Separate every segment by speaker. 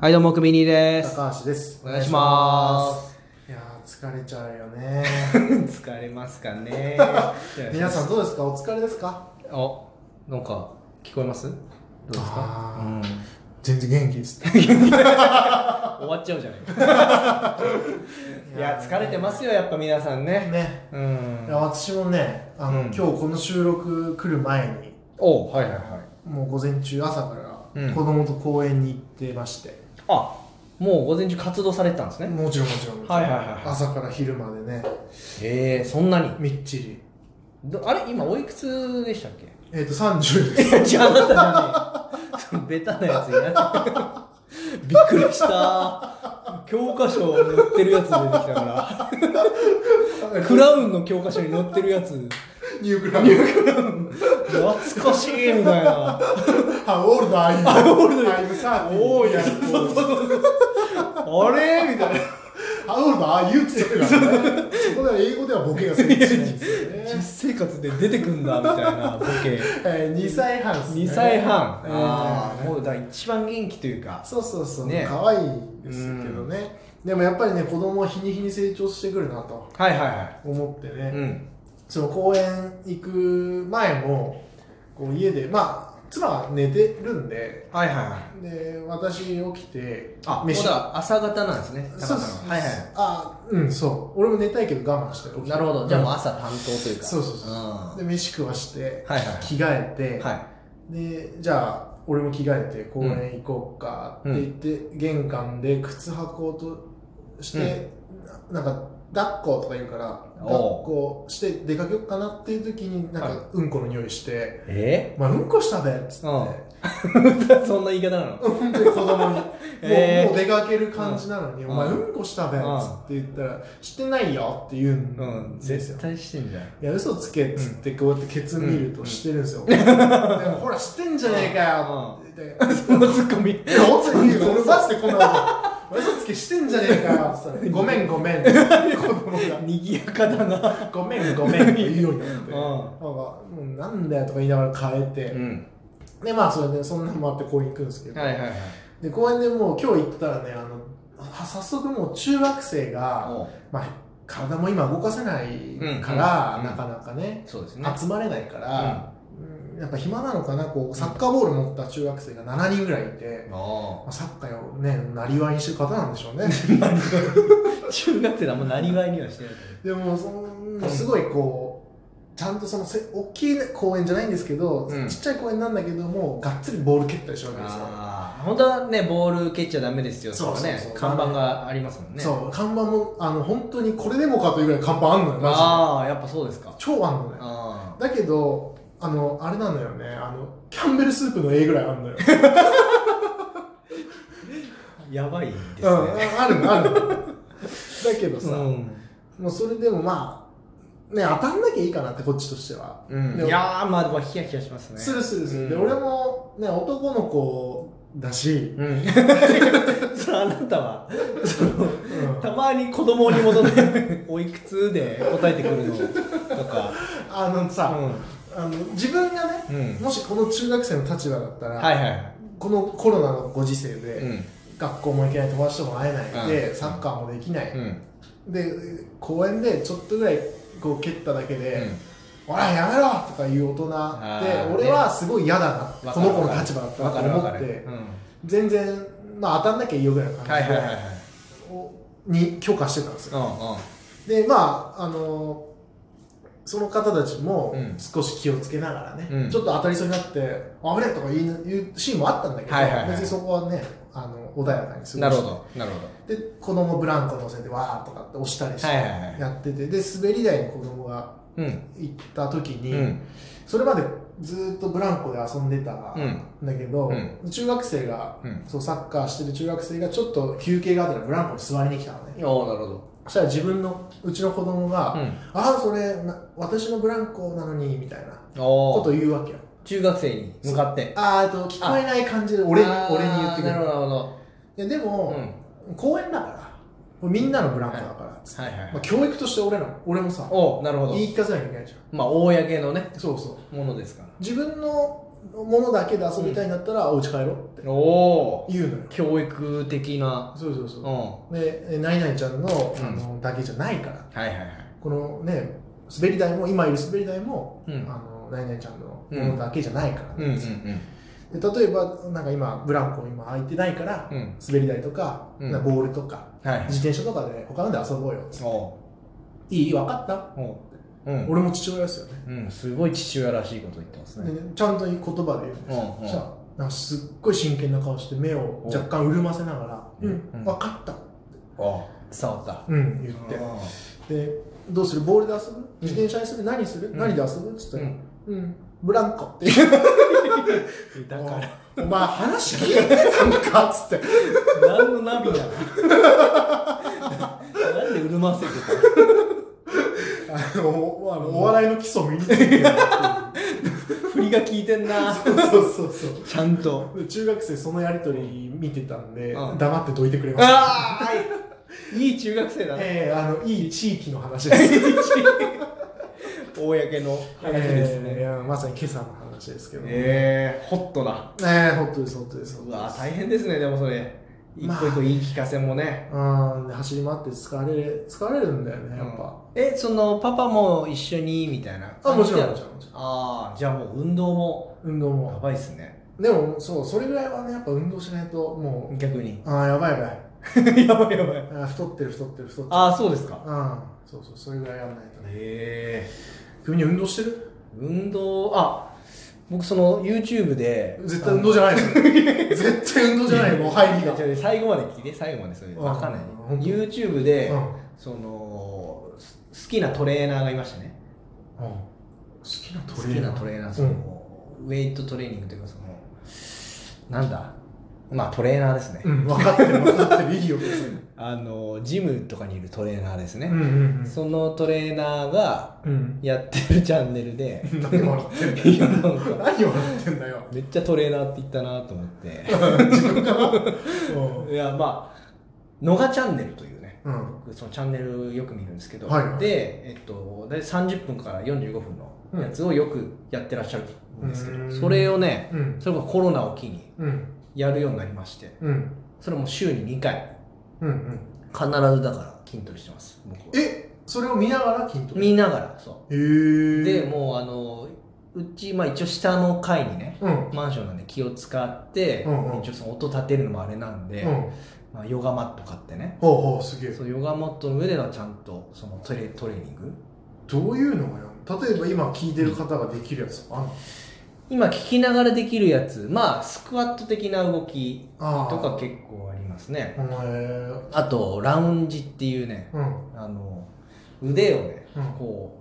Speaker 1: はい、どうも、くみにーです。
Speaker 2: 高橋です
Speaker 1: お願いします
Speaker 2: いやー疲れちゃうよ ね
Speaker 1: 疲れますか ね
Speaker 2: 皆さんどうですかお疲れですか
Speaker 1: ん。お、なんか、聞こえますどうですか
Speaker 2: あ
Speaker 1: う
Speaker 2: ー
Speaker 1: ん。
Speaker 2: 全然元気です
Speaker 1: 終わっちゃうじゃない
Speaker 2: ー
Speaker 1: いや、疲れてますよ、やっぱ皆さんね。
Speaker 2: ね
Speaker 1: う
Speaker 2: い
Speaker 1: ん
Speaker 2: や。私もねあの、
Speaker 1: うん
Speaker 2: 今日この収録来る前に
Speaker 1: おはいはいはい。
Speaker 2: もう午前中朝から
Speaker 1: うん
Speaker 2: 子供と公園に行ってまして、
Speaker 1: あ、もう午前中活動されてたんですね。
Speaker 2: もちろんもちろんもちろん
Speaker 1: はいはいはいはい
Speaker 2: 朝から昼までね
Speaker 1: へえ、そんなに。
Speaker 2: みっちり
Speaker 1: どあれ今、おいくつでしたっけ
Speaker 2: えっ、と30で す
Speaker 1: じゃあ、あなた何そのベタなやつになって。びっくりした。教科書載ってるやつ出てきたから。クラウンの教科書に載ってるやつ
Speaker 2: ニュークラブニューク
Speaker 1: 懐かしいみたいな
Speaker 2: ラブオールドアイム
Speaker 1: オールド
Speaker 2: アイムサーティ
Speaker 1: 多い
Speaker 2: や
Speaker 1: やつあれみたいな
Speaker 2: ハウルのああ言うって言ってるからね。そこでは英語ではボケが成立しないんです
Speaker 1: 実
Speaker 2: よ
Speaker 1: 生
Speaker 2: ね。
Speaker 1: 活で出てくんだみたいなボケ
Speaker 2: えー、2歳半ですね。
Speaker 1: 2歳半
Speaker 2: えー
Speaker 1: ああもうだから一番元気というか
Speaker 2: そうそうそう。
Speaker 1: ね
Speaker 2: 可愛いですけどね。でもやっぱりね、子供は日に日に成長してくるなと
Speaker 1: はいはいは
Speaker 2: 思ってね
Speaker 1: い、うん
Speaker 2: その公園行く前も、こう家で、まあ、妻は寝てるんで、
Speaker 1: はいはいはい
Speaker 2: で、私起きて、
Speaker 1: あま
Speaker 2: 飯
Speaker 1: だ朝方なんですね
Speaker 2: そう
Speaker 1: 高
Speaker 2: そ
Speaker 1: 田
Speaker 2: う
Speaker 1: のはいはい
Speaker 2: あ、うん、そう。俺も寝たいけど我慢して起きて
Speaker 1: なるほどじゃあもう朝担当というか
Speaker 2: そうそうそうんで、飯食わして、
Speaker 1: はいはい
Speaker 2: 着替えて、
Speaker 1: はい
Speaker 2: でじゃあ俺も着替えて公園行こうかって言って、玄関で靴履こうとして、ななんか抱っことか言うから抱っ
Speaker 1: お
Speaker 2: こして出かけようかなっていう時になん
Speaker 1: はい
Speaker 2: かうんこの匂いして
Speaker 1: え
Speaker 2: 「お前うんこしたべ」っつって、
Speaker 1: うんそんな言い方なの
Speaker 2: 本当に子供 に
Speaker 1: えー
Speaker 2: もうもう出かける感じなのに「
Speaker 1: うん
Speaker 2: お前うんこしたべ」っつって言ったら「してないよ」って言うん
Speaker 1: うん
Speaker 2: ですよ、
Speaker 1: 絶対してんじゃん
Speaker 2: いや嘘つけっつってこうやってケツ見るとしてるんですよ、でもほらしてんじゃねえかよって言って
Speaker 1: そのツッコミ
Speaker 2: いや、本当にいいよ、俺マジでこんなこと。嘘つきしてんじゃねえかよ、それごめん、ごめん。子供が。
Speaker 1: にぎやかだな
Speaker 2: ごめん、ごめんって言うようになって。
Speaker 1: う
Speaker 2: なんか、
Speaker 1: ん
Speaker 2: もうなんだよとか言いながら変えて。
Speaker 1: うん
Speaker 2: で、まあ、それで、そんなのもあって公園行くんですけど。
Speaker 1: はいはいはい
Speaker 2: で、公園でもう今日行ったらね、あの、は早速もう中学生が、
Speaker 1: おう
Speaker 2: まあ、体も今動かせないか
Speaker 1: うん
Speaker 2: ら、
Speaker 1: うんうん
Speaker 2: なかなかね、
Speaker 1: そうですね
Speaker 2: 集まれないから、うんやっぱ暇なのかな、こう、サッカーボール持った中学生が7人ぐらいいて。
Speaker 1: あ
Speaker 2: まあ、サッカーをね、なりわいにしてる方なんでしょうね。
Speaker 1: あ中学生だもんなりわいにはしてない
Speaker 2: でも、そのすごいこう、ちゃんとそのせ大きい公園じゃないんですけど、
Speaker 1: うん
Speaker 2: ちっちゃい公園なんだけども、がっつりボール蹴ったりしたわけですよ。
Speaker 1: ああ本当はねボール蹴っちゃダメですよとかね
Speaker 2: そうそうそう
Speaker 1: 看板がありますもんね
Speaker 2: そう、看板も、あの、本当にこれでもかというぐらい看板あんのよ、マ
Speaker 1: ああやっぱそうですか
Speaker 2: ジで。超あんのね。
Speaker 1: あ
Speaker 2: だけど、あの、あれなのよね、あの、キャンベルスープの A ぐらいあんのよ。
Speaker 1: あやばいです
Speaker 2: うん、あるの、あるの。だけどさ、
Speaker 1: うん
Speaker 2: もうそれでもまあ、ね、当たんなきゃいいかなって、こっちとしては。
Speaker 1: うん
Speaker 2: で
Speaker 1: いやーまあでもヒヤヒヤしますね
Speaker 2: するするする、で
Speaker 1: うん
Speaker 2: 俺もね男の子だし、
Speaker 1: うん それあなたはその
Speaker 2: うん
Speaker 1: たまに子供に戻っておいくつで答えてくるのとか
Speaker 2: あのさ、あの自分がね
Speaker 1: うんうん
Speaker 2: もしこの中学生の立場だったら、
Speaker 1: はいはい
Speaker 2: このコロナのご時世で、
Speaker 1: うん
Speaker 2: 学校も行けない友達とも会えないで、
Speaker 1: うん
Speaker 2: サッカーもできない、
Speaker 1: うん
Speaker 2: で公園でちょっとぐらいこう蹴っただけ
Speaker 1: う
Speaker 2: で
Speaker 1: ん
Speaker 2: 「ほらやめろ!」とか言う大人
Speaker 1: あ
Speaker 2: で
Speaker 1: ー
Speaker 2: 俺はすごい嫌だな、
Speaker 1: わか
Speaker 2: こ
Speaker 1: る
Speaker 2: の子の立場だったら
Speaker 1: わ
Speaker 2: と
Speaker 1: かる
Speaker 2: 思
Speaker 1: わか
Speaker 2: っ
Speaker 1: る
Speaker 2: て
Speaker 1: うん
Speaker 2: 全然、まあ、当たんなきゃいいよぐらいの感じで、
Speaker 1: はいはいはいはい
Speaker 2: をに許可してたんですよ
Speaker 1: う
Speaker 2: でまああのその方たちも
Speaker 1: うん
Speaker 2: 少し気をつけながらね、
Speaker 1: うん
Speaker 2: ちょっと当たりそうになって「危ねえ」とか言う言うシーンもあったんだけど、
Speaker 1: はいはいはい
Speaker 2: 別にそこはねあの穏やかに過ごして
Speaker 1: んなるほどなるほど
Speaker 2: で子供ブランコ乗せてわーとかって押したりして
Speaker 1: はいはいはい
Speaker 2: やっててで滑り台に子供が
Speaker 1: うん
Speaker 2: 行った時に、
Speaker 1: うん
Speaker 2: それまでずーっとブランコで遊んでたんだけど、
Speaker 1: う
Speaker 2: 中学生が、
Speaker 1: うん
Speaker 2: そうサッカーしてる中学生がちょっと休憩があったらブランコに座りに来たのね
Speaker 1: ああなるほ
Speaker 2: そしたら自分のうちの子供が、
Speaker 1: どうん
Speaker 2: ああそれな私のブランコなのにみたいなこ
Speaker 1: お
Speaker 2: と
Speaker 1: お
Speaker 2: 言うわけよ
Speaker 1: 中学生に向かって
Speaker 2: あーあと聞こえない感じで俺に
Speaker 1: あー
Speaker 2: 俺に言ってく
Speaker 1: なるほ
Speaker 2: る
Speaker 1: どなるほ
Speaker 2: いやで
Speaker 1: どうん
Speaker 2: も、公園だからこれみんなのブランコだから、つって
Speaker 1: はいはい
Speaker 2: まあ、教育として俺ら俺もさ
Speaker 1: おおなるほど
Speaker 2: 言い聞かせなきゃいけないじゃ
Speaker 1: まあ公のね
Speaker 2: んそうそう
Speaker 1: ものですから
Speaker 2: 自分のものだけで遊びたいんだったら、お家帰ろうって
Speaker 1: おお
Speaker 2: 言うのよ。
Speaker 1: 教育的な
Speaker 2: そうそうそうう。
Speaker 1: んは
Speaker 2: で、えナイナイちゃん
Speaker 1: うん
Speaker 2: のあのだけじゃないから、
Speaker 1: いはいはい
Speaker 2: このね、滑り台も、今いる滑り台も、
Speaker 1: うん
Speaker 2: あのナイナイちゃんのものだけじゃないからなん
Speaker 1: うん
Speaker 2: ですよ、で例えば、なんか今、ブランコ今空いてないから、
Speaker 1: うんうん
Speaker 2: 滑り台とか、
Speaker 1: うん
Speaker 2: なんかボールとか、
Speaker 1: はい
Speaker 2: 自転車とかで他ので遊ぼうよ。
Speaker 1: おお
Speaker 2: いい分かった
Speaker 1: ううん
Speaker 2: 俺も父親ですよね。
Speaker 1: うんすごい父親らしいこと言ってます
Speaker 2: で
Speaker 1: ね
Speaker 2: ねちゃんと言葉で言うんです
Speaker 1: う
Speaker 2: よ。
Speaker 1: んうん
Speaker 2: じゃあなんかすっごい真剣な顔して目を若干潤ませながら「
Speaker 1: う
Speaker 2: うんん、
Speaker 1: うん
Speaker 2: 分かった」
Speaker 1: あ伝わった
Speaker 2: うん、言ってで「どうするボールで遊ぶ自転車にする何する、
Speaker 1: うん
Speaker 2: 何で遊ぶ?」っつったら「
Speaker 1: う
Speaker 2: うん ん、ブランコ」って 言う
Speaker 1: だから
Speaker 2: お前話聞けてたのか」っつって
Speaker 1: 何のナビ だなんでうるませて
Speaker 2: あのおあのお笑いの基礎身についてる
Speaker 1: た振りが効いてんな
Speaker 2: そうそうそう
Speaker 1: ちゃんと
Speaker 2: で中学生そのやりとり見てたんで、
Speaker 1: うん
Speaker 2: 黙ってどいてくれました
Speaker 1: ああいい中学生だね
Speaker 2: ええあのいい地域の話 です
Speaker 1: 公の話です
Speaker 2: えーい
Speaker 1: ね
Speaker 2: やまさに今朝の話ですけどね
Speaker 1: ええホットな
Speaker 2: えー、本当です本当です本
Speaker 1: う
Speaker 2: 当で
Speaker 1: わ
Speaker 2: す
Speaker 1: 大変ですねでもそれ一
Speaker 2: まあ
Speaker 1: 個一個言い聞かせもね、
Speaker 2: うんで走り回って疲れ疲れるんだよねやっぱ、
Speaker 1: えそのパパも一緒にみたいな
Speaker 2: あもちろん
Speaker 1: あ
Speaker 2: もちろんもちろん
Speaker 1: あーじゃあもう運動も
Speaker 2: 運動
Speaker 1: や
Speaker 2: も
Speaker 1: ばいっすね
Speaker 2: でもそうそれぐらいはねやっぱ運動しないとも
Speaker 1: 逆に
Speaker 2: うああやば いやばい
Speaker 1: やばいやばい
Speaker 2: あー太ってる太ってる太ってる
Speaker 1: ああそうですか
Speaker 2: うんそうそうそれぐらいやんないとね
Speaker 1: へえ
Speaker 2: 君に運動してる
Speaker 1: 運動あ僕その YouTube で
Speaker 2: 絶対運動じゃないですよ 絶対運動じゃないもう入りが
Speaker 1: じゃあ最後まで聞いて最後までそれ
Speaker 2: うん
Speaker 1: わかんない
Speaker 2: 本当
Speaker 1: YouTube で、
Speaker 2: うん、
Speaker 1: そのす好きなトレーナーがいましたね
Speaker 2: うん好きな
Speaker 1: 好
Speaker 2: トレ
Speaker 1: き
Speaker 2: ーナ
Speaker 1: な
Speaker 2: ー
Speaker 1: トレーナーその、ウェイトトレーニングというかそのなんだまあトレーナーですね、
Speaker 2: うん分かってる分かってるいいよ別に
Speaker 1: あのジムとかにいるトレーナーです
Speaker 2: うん
Speaker 1: ね、
Speaker 2: うん
Speaker 1: そのトレーナーが
Speaker 2: うんうん
Speaker 1: やってるチャンネルで
Speaker 2: 何笑ってんだ
Speaker 1: いや
Speaker 2: よ
Speaker 1: なんか
Speaker 2: 何笑ってんだよ
Speaker 1: めっちゃトレーナーって言ったなと思って
Speaker 2: 自分から
Speaker 1: いやまあ「のがチャンネル」というね
Speaker 2: うん
Speaker 1: 僕そのチャンネルよく見るんですけど、
Speaker 2: はい
Speaker 1: で、えっと、大体30分から45分のやつをよくやってらっしゃるんですけど、
Speaker 2: うん
Speaker 1: それをね
Speaker 2: うん
Speaker 1: それこそコロナを機に
Speaker 2: うん
Speaker 1: やるようになりまして
Speaker 2: うん
Speaker 1: それも週に2回
Speaker 2: うんうん
Speaker 1: 必ずだから筋トレしてます僕は
Speaker 2: えそれを見ながら筋トレへ
Speaker 1: 見ながらそ
Speaker 2: え
Speaker 1: うで
Speaker 2: ー、
Speaker 1: もうあのうち、まあ、一応下の階にね
Speaker 2: うん
Speaker 1: マンションなんで気を使って、
Speaker 2: うんうん
Speaker 1: 一応その音立てるのもあれなんで、
Speaker 2: うん
Speaker 1: まあ、ヨガマット買ってね
Speaker 2: ほうほうすげえ
Speaker 1: そうヨガマットの上ではちゃんとそのトレトレーニング
Speaker 2: どういうのがやん例えば今聞いてる方ができるやつあんの
Speaker 1: 今聞きながらできるやつまあスクワット的な動き
Speaker 2: あ
Speaker 1: とか
Speaker 2: け
Speaker 1: 結構ありますね
Speaker 2: へえ
Speaker 1: あとラウンジっていうね
Speaker 2: うん
Speaker 1: あの腕をね
Speaker 2: うん
Speaker 1: こう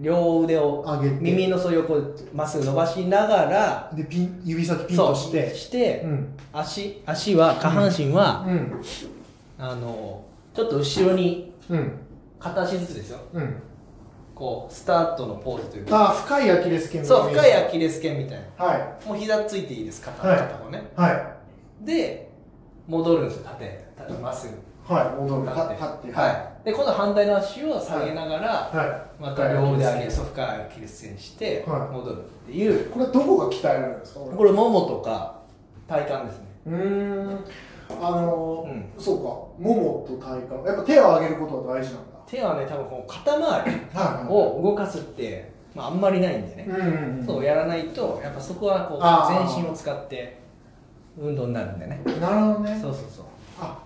Speaker 1: 両腕を
Speaker 2: 上げて
Speaker 1: 耳のそう横まっすぐ伸ばしながら
Speaker 2: でピン指先ピンとし
Speaker 1: そう
Speaker 2: て
Speaker 1: して
Speaker 2: ん
Speaker 1: 足足は下半身は、
Speaker 2: うん
Speaker 1: あのちょっと後ろに
Speaker 2: うん
Speaker 1: 片足ずつですよ
Speaker 2: うん
Speaker 1: こうスタートのポーズというか
Speaker 2: ああ深いアキレス腱の
Speaker 1: そう
Speaker 2: イメー
Speaker 1: 深
Speaker 2: ジ
Speaker 1: いアキレス腱みたいな
Speaker 2: は
Speaker 1: もう膝ついていいです片
Speaker 2: はい
Speaker 1: 片方ね、
Speaker 2: いは
Speaker 1: で戻るんですよ縦縦まっすぐ
Speaker 2: いはい戻る
Speaker 1: 立
Speaker 2: は
Speaker 1: って
Speaker 2: 立って
Speaker 1: はいで今度反対の足を下げながら、
Speaker 2: は
Speaker 1: また両腕上げそう深いアキレス腱して
Speaker 2: はい
Speaker 1: 戻るっていう、
Speaker 2: いこれはどこが鍛えられるんですか
Speaker 1: これももとか体幹ですね
Speaker 2: うーんあのー
Speaker 1: う
Speaker 2: そうかももと体幹やっぱ手を上げることは大事なんだ
Speaker 1: 手はね多分こう肩周り
Speaker 2: はい
Speaker 1: を動かすって、まあ、あんまりないんでね、
Speaker 2: うんうんうん
Speaker 1: そうやらないとやっぱそこはこ
Speaker 2: あー
Speaker 1: う全身を使って運動になるんでね
Speaker 2: なるほどね
Speaker 1: そうそうそう
Speaker 2: あ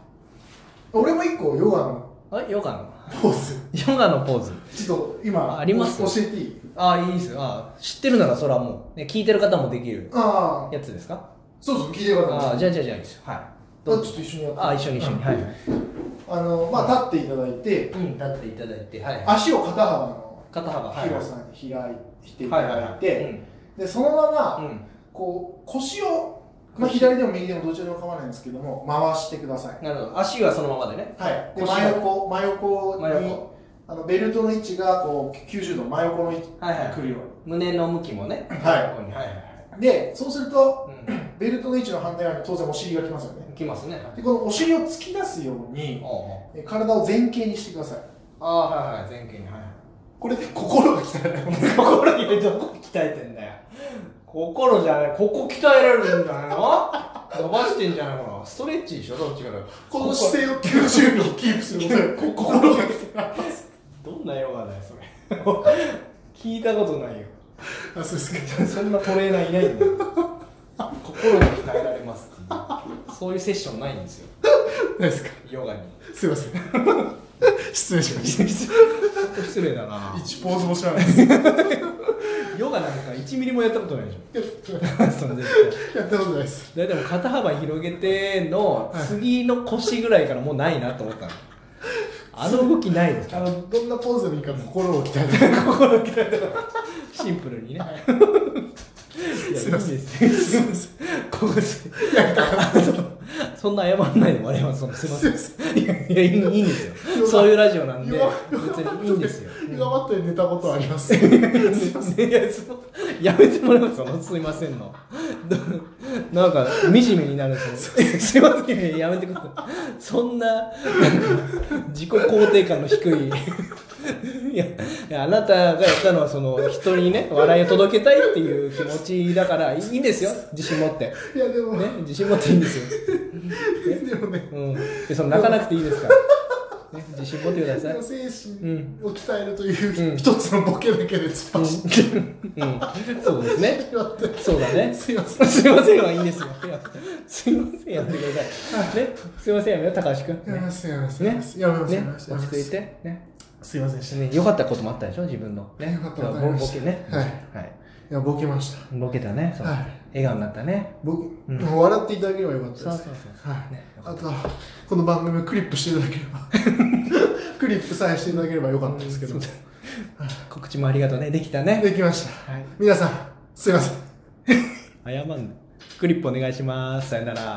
Speaker 2: 俺も一個ヨガの
Speaker 1: あヨガの
Speaker 2: ポーズ
Speaker 1: ヨガのポーズ
Speaker 2: ちょっと
Speaker 1: あ
Speaker 2: 今
Speaker 1: あります
Speaker 2: 教えていい
Speaker 1: ああいいですよあー知ってるならそれはもう、ね、聞いてる方もできる
Speaker 2: ああ
Speaker 1: やつですか
Speaker 2: そうそう聞いてよかった
Speaker 1: あ
Speaker 2: あ
Speaker 1: あじゃあじゃあじゃあいいですよはい
Speaker 2: ちょ
Speaker 1: ど
Speaker 2: っ
Speaker 1: う
Speaker 2: と
Speaker 1: ぞ
Speaker 2: 一緒にやって
Speaker 1: ああ一緒に一緒に、はい、う
Speaker 2: あのまあ立っていただいて
Speaker 1: ん、立っていただいてはい
Speaker 2: 足を肩幅の
Speaker 1: 肩幅はい
Speaker 2: 広さに開いてい
Speaker 1: は
Speaker 2: た
Speaker 1: いはい
Speaker 2: だ
Speaker 1: はいい
Speaker 2: てでそのま
Speaker 1: う
Speaker 2: ま
Speaker 1: んうん
Speaker 2: こう腰をまあ
Speaker 1: 腰
Speaker 2: 左でも右でもどちらでも構わないんですけども回してください
Speaker 1: なるほど足はそのままでね
Speaker 2: はい、で
Speaker 1: 腰が
Speaker 2: 真横真横に
Speaker 1: 真横
Speaker 2: あのベルトの位置がこう90度真横の位置に
Speaker 1: はいはい
Speaker 2: 来るよ
Speaker 1: 胸の向きもね
Speaker 2: うに、
Speaker 1: こ
Speaker 2: は
Speaker 1: こにはいはい
Speaker 2: い、でそうすると
Speaker 1: はい、うん
Speaker 2: ベルトの位置の反対側に当然お尻が来ますよね
Speaker 1: いきますねはい
Speaker 2: でこのお尻を突き出すように
Speaker 1: おうおう
Speaker 2: え体を前傾にしてください
Speaker 1: ああはいはい前傾にはい
Speaker 2: これで心が鍛えられます
Speaker 1: 心入れどこ鍛えてんだよ心じゃない、ここ鍛えられるんじゃないの伸ばしてんじゃないのほらストレッチでしょどっちかだ
Speaker 2: この姿勢を90秒キープすることで こ心が
Speaker 1: どんなヨガだよ、それ。聞いたことないよ。
Speaker 2: あそうですか
Speaker 1: そんなトレーナーいないんだよ。心が鍛えられますっていうそういうセッションないんですよ、
Speaker 2: ないですか
Speaker 1: ヨガに。
Speaker 2: すいません 失礼しました
Speaker 1: 失礼だな。
Speaker 2: 一ポーズも知 らないですや
Speaker 1: ヨガなんか1ミリもやったことないでし
Speaker 2: っ
Speaker 1: ょ。 その絶対
Speaker 2: たことないです
Speaker 1: だいたいもう肩幅広げての
Speaker 2: はい
Speaker 1: 次の腰ぐらいからもうないなと思 ったの。あの動きないです
Speaker 2: あ
Speaker 1: か
Speaker 2: のどんなポーズでもいいから心を鍛えて
Speaker 1: 心鍛えたからシンプルにね。いや、いい
Speaker 2: すいません
Speaker 1: ですね。ここです。
Speaker 2: やりたかった
Speaker 1: そんな謝らないでも我々はそのすいません。いやいやいいいいんですよ。そういうラジオなんで
Speaker 2: 弱
Speaker 1: 別にいいんですよ。うん
Speaker 2: 弱って寝たことあります い
Speaker 1: いやそのやめてもらえますそのすいませんのどなんか惨めになるそのすいませんやめてくださいそんななんか自己肯定感の低いいやいやあなたがやったのはその人にね笑いを届けたいっていう気持ちだからいいんですよ自信持って、ね、
Speaker 2: やでも、
Speaker 1: 自信持っていいんですよ
Speaker 2: でもね
Speaker 1: うん、でその泣かなくていいですから、ね、自信持ってくださ
Speaker 2: で
Speaker 1: い
Speaker 2: も。精神を鍛えるという、一つのボケだけで突っ走って
Speaker 1: うん、そうですね。
Speaker 2: やって、
Speaker 1: そうだね。
Speaker 2: すいませ ん
Speaker 1: すいませんはいいんですよ。 いやすいませんやってください。ね、すいませんやめよう高橋君。
Speaker 2: やめ
Speaker 1: ね
Speaker 2: ますやめます
Speaker 1: ね
Speaker 2: やめますやめますや
Speaker 1: ね
Speaker 2: めます、やめ
Speaker 1: 落
Speaker 2: ま
Speaker 1: ち着い
Speaker 2: す
Speaker 1: てね。
Speaker 2: すいませんでした
Speaker 1: ね、良かったこともあったでしょ自分の。ね
Speaker 2: 良かったことあり
Speaker 1: ボ
Speaker 2: ま
Speaker 1: ボ
Speaker 2: した
Speaker 1: ケね。
Speaker 2: はい
Speaker 1: い。
Speaker 2: いやボケました
Speaker 1: ボケたね。そう。
Speaker 2: はい
Speaker 1: 笑顔になったね。
Speaker 2: 僕、
Speaker 1: うん
Speaker 2: もう笑っていただければよかったです
Speaker 1: そうそうそう
Speaker 2: はい
Speaker 1: ねよか
Speaker 2: あ
Speaker 1: っ
Speaker 2: とはこの番組をクリップしていただけれ ばクリップさえしていただければよかったですけど、
Speaker 1: うんそう告知もありがとうね。できたね。
Speaker 2: できました
Speaker 1: はい。
Speaker 2: 皆さんすいません
Speaker 1: 謝んなクリップお願いします。さよなら。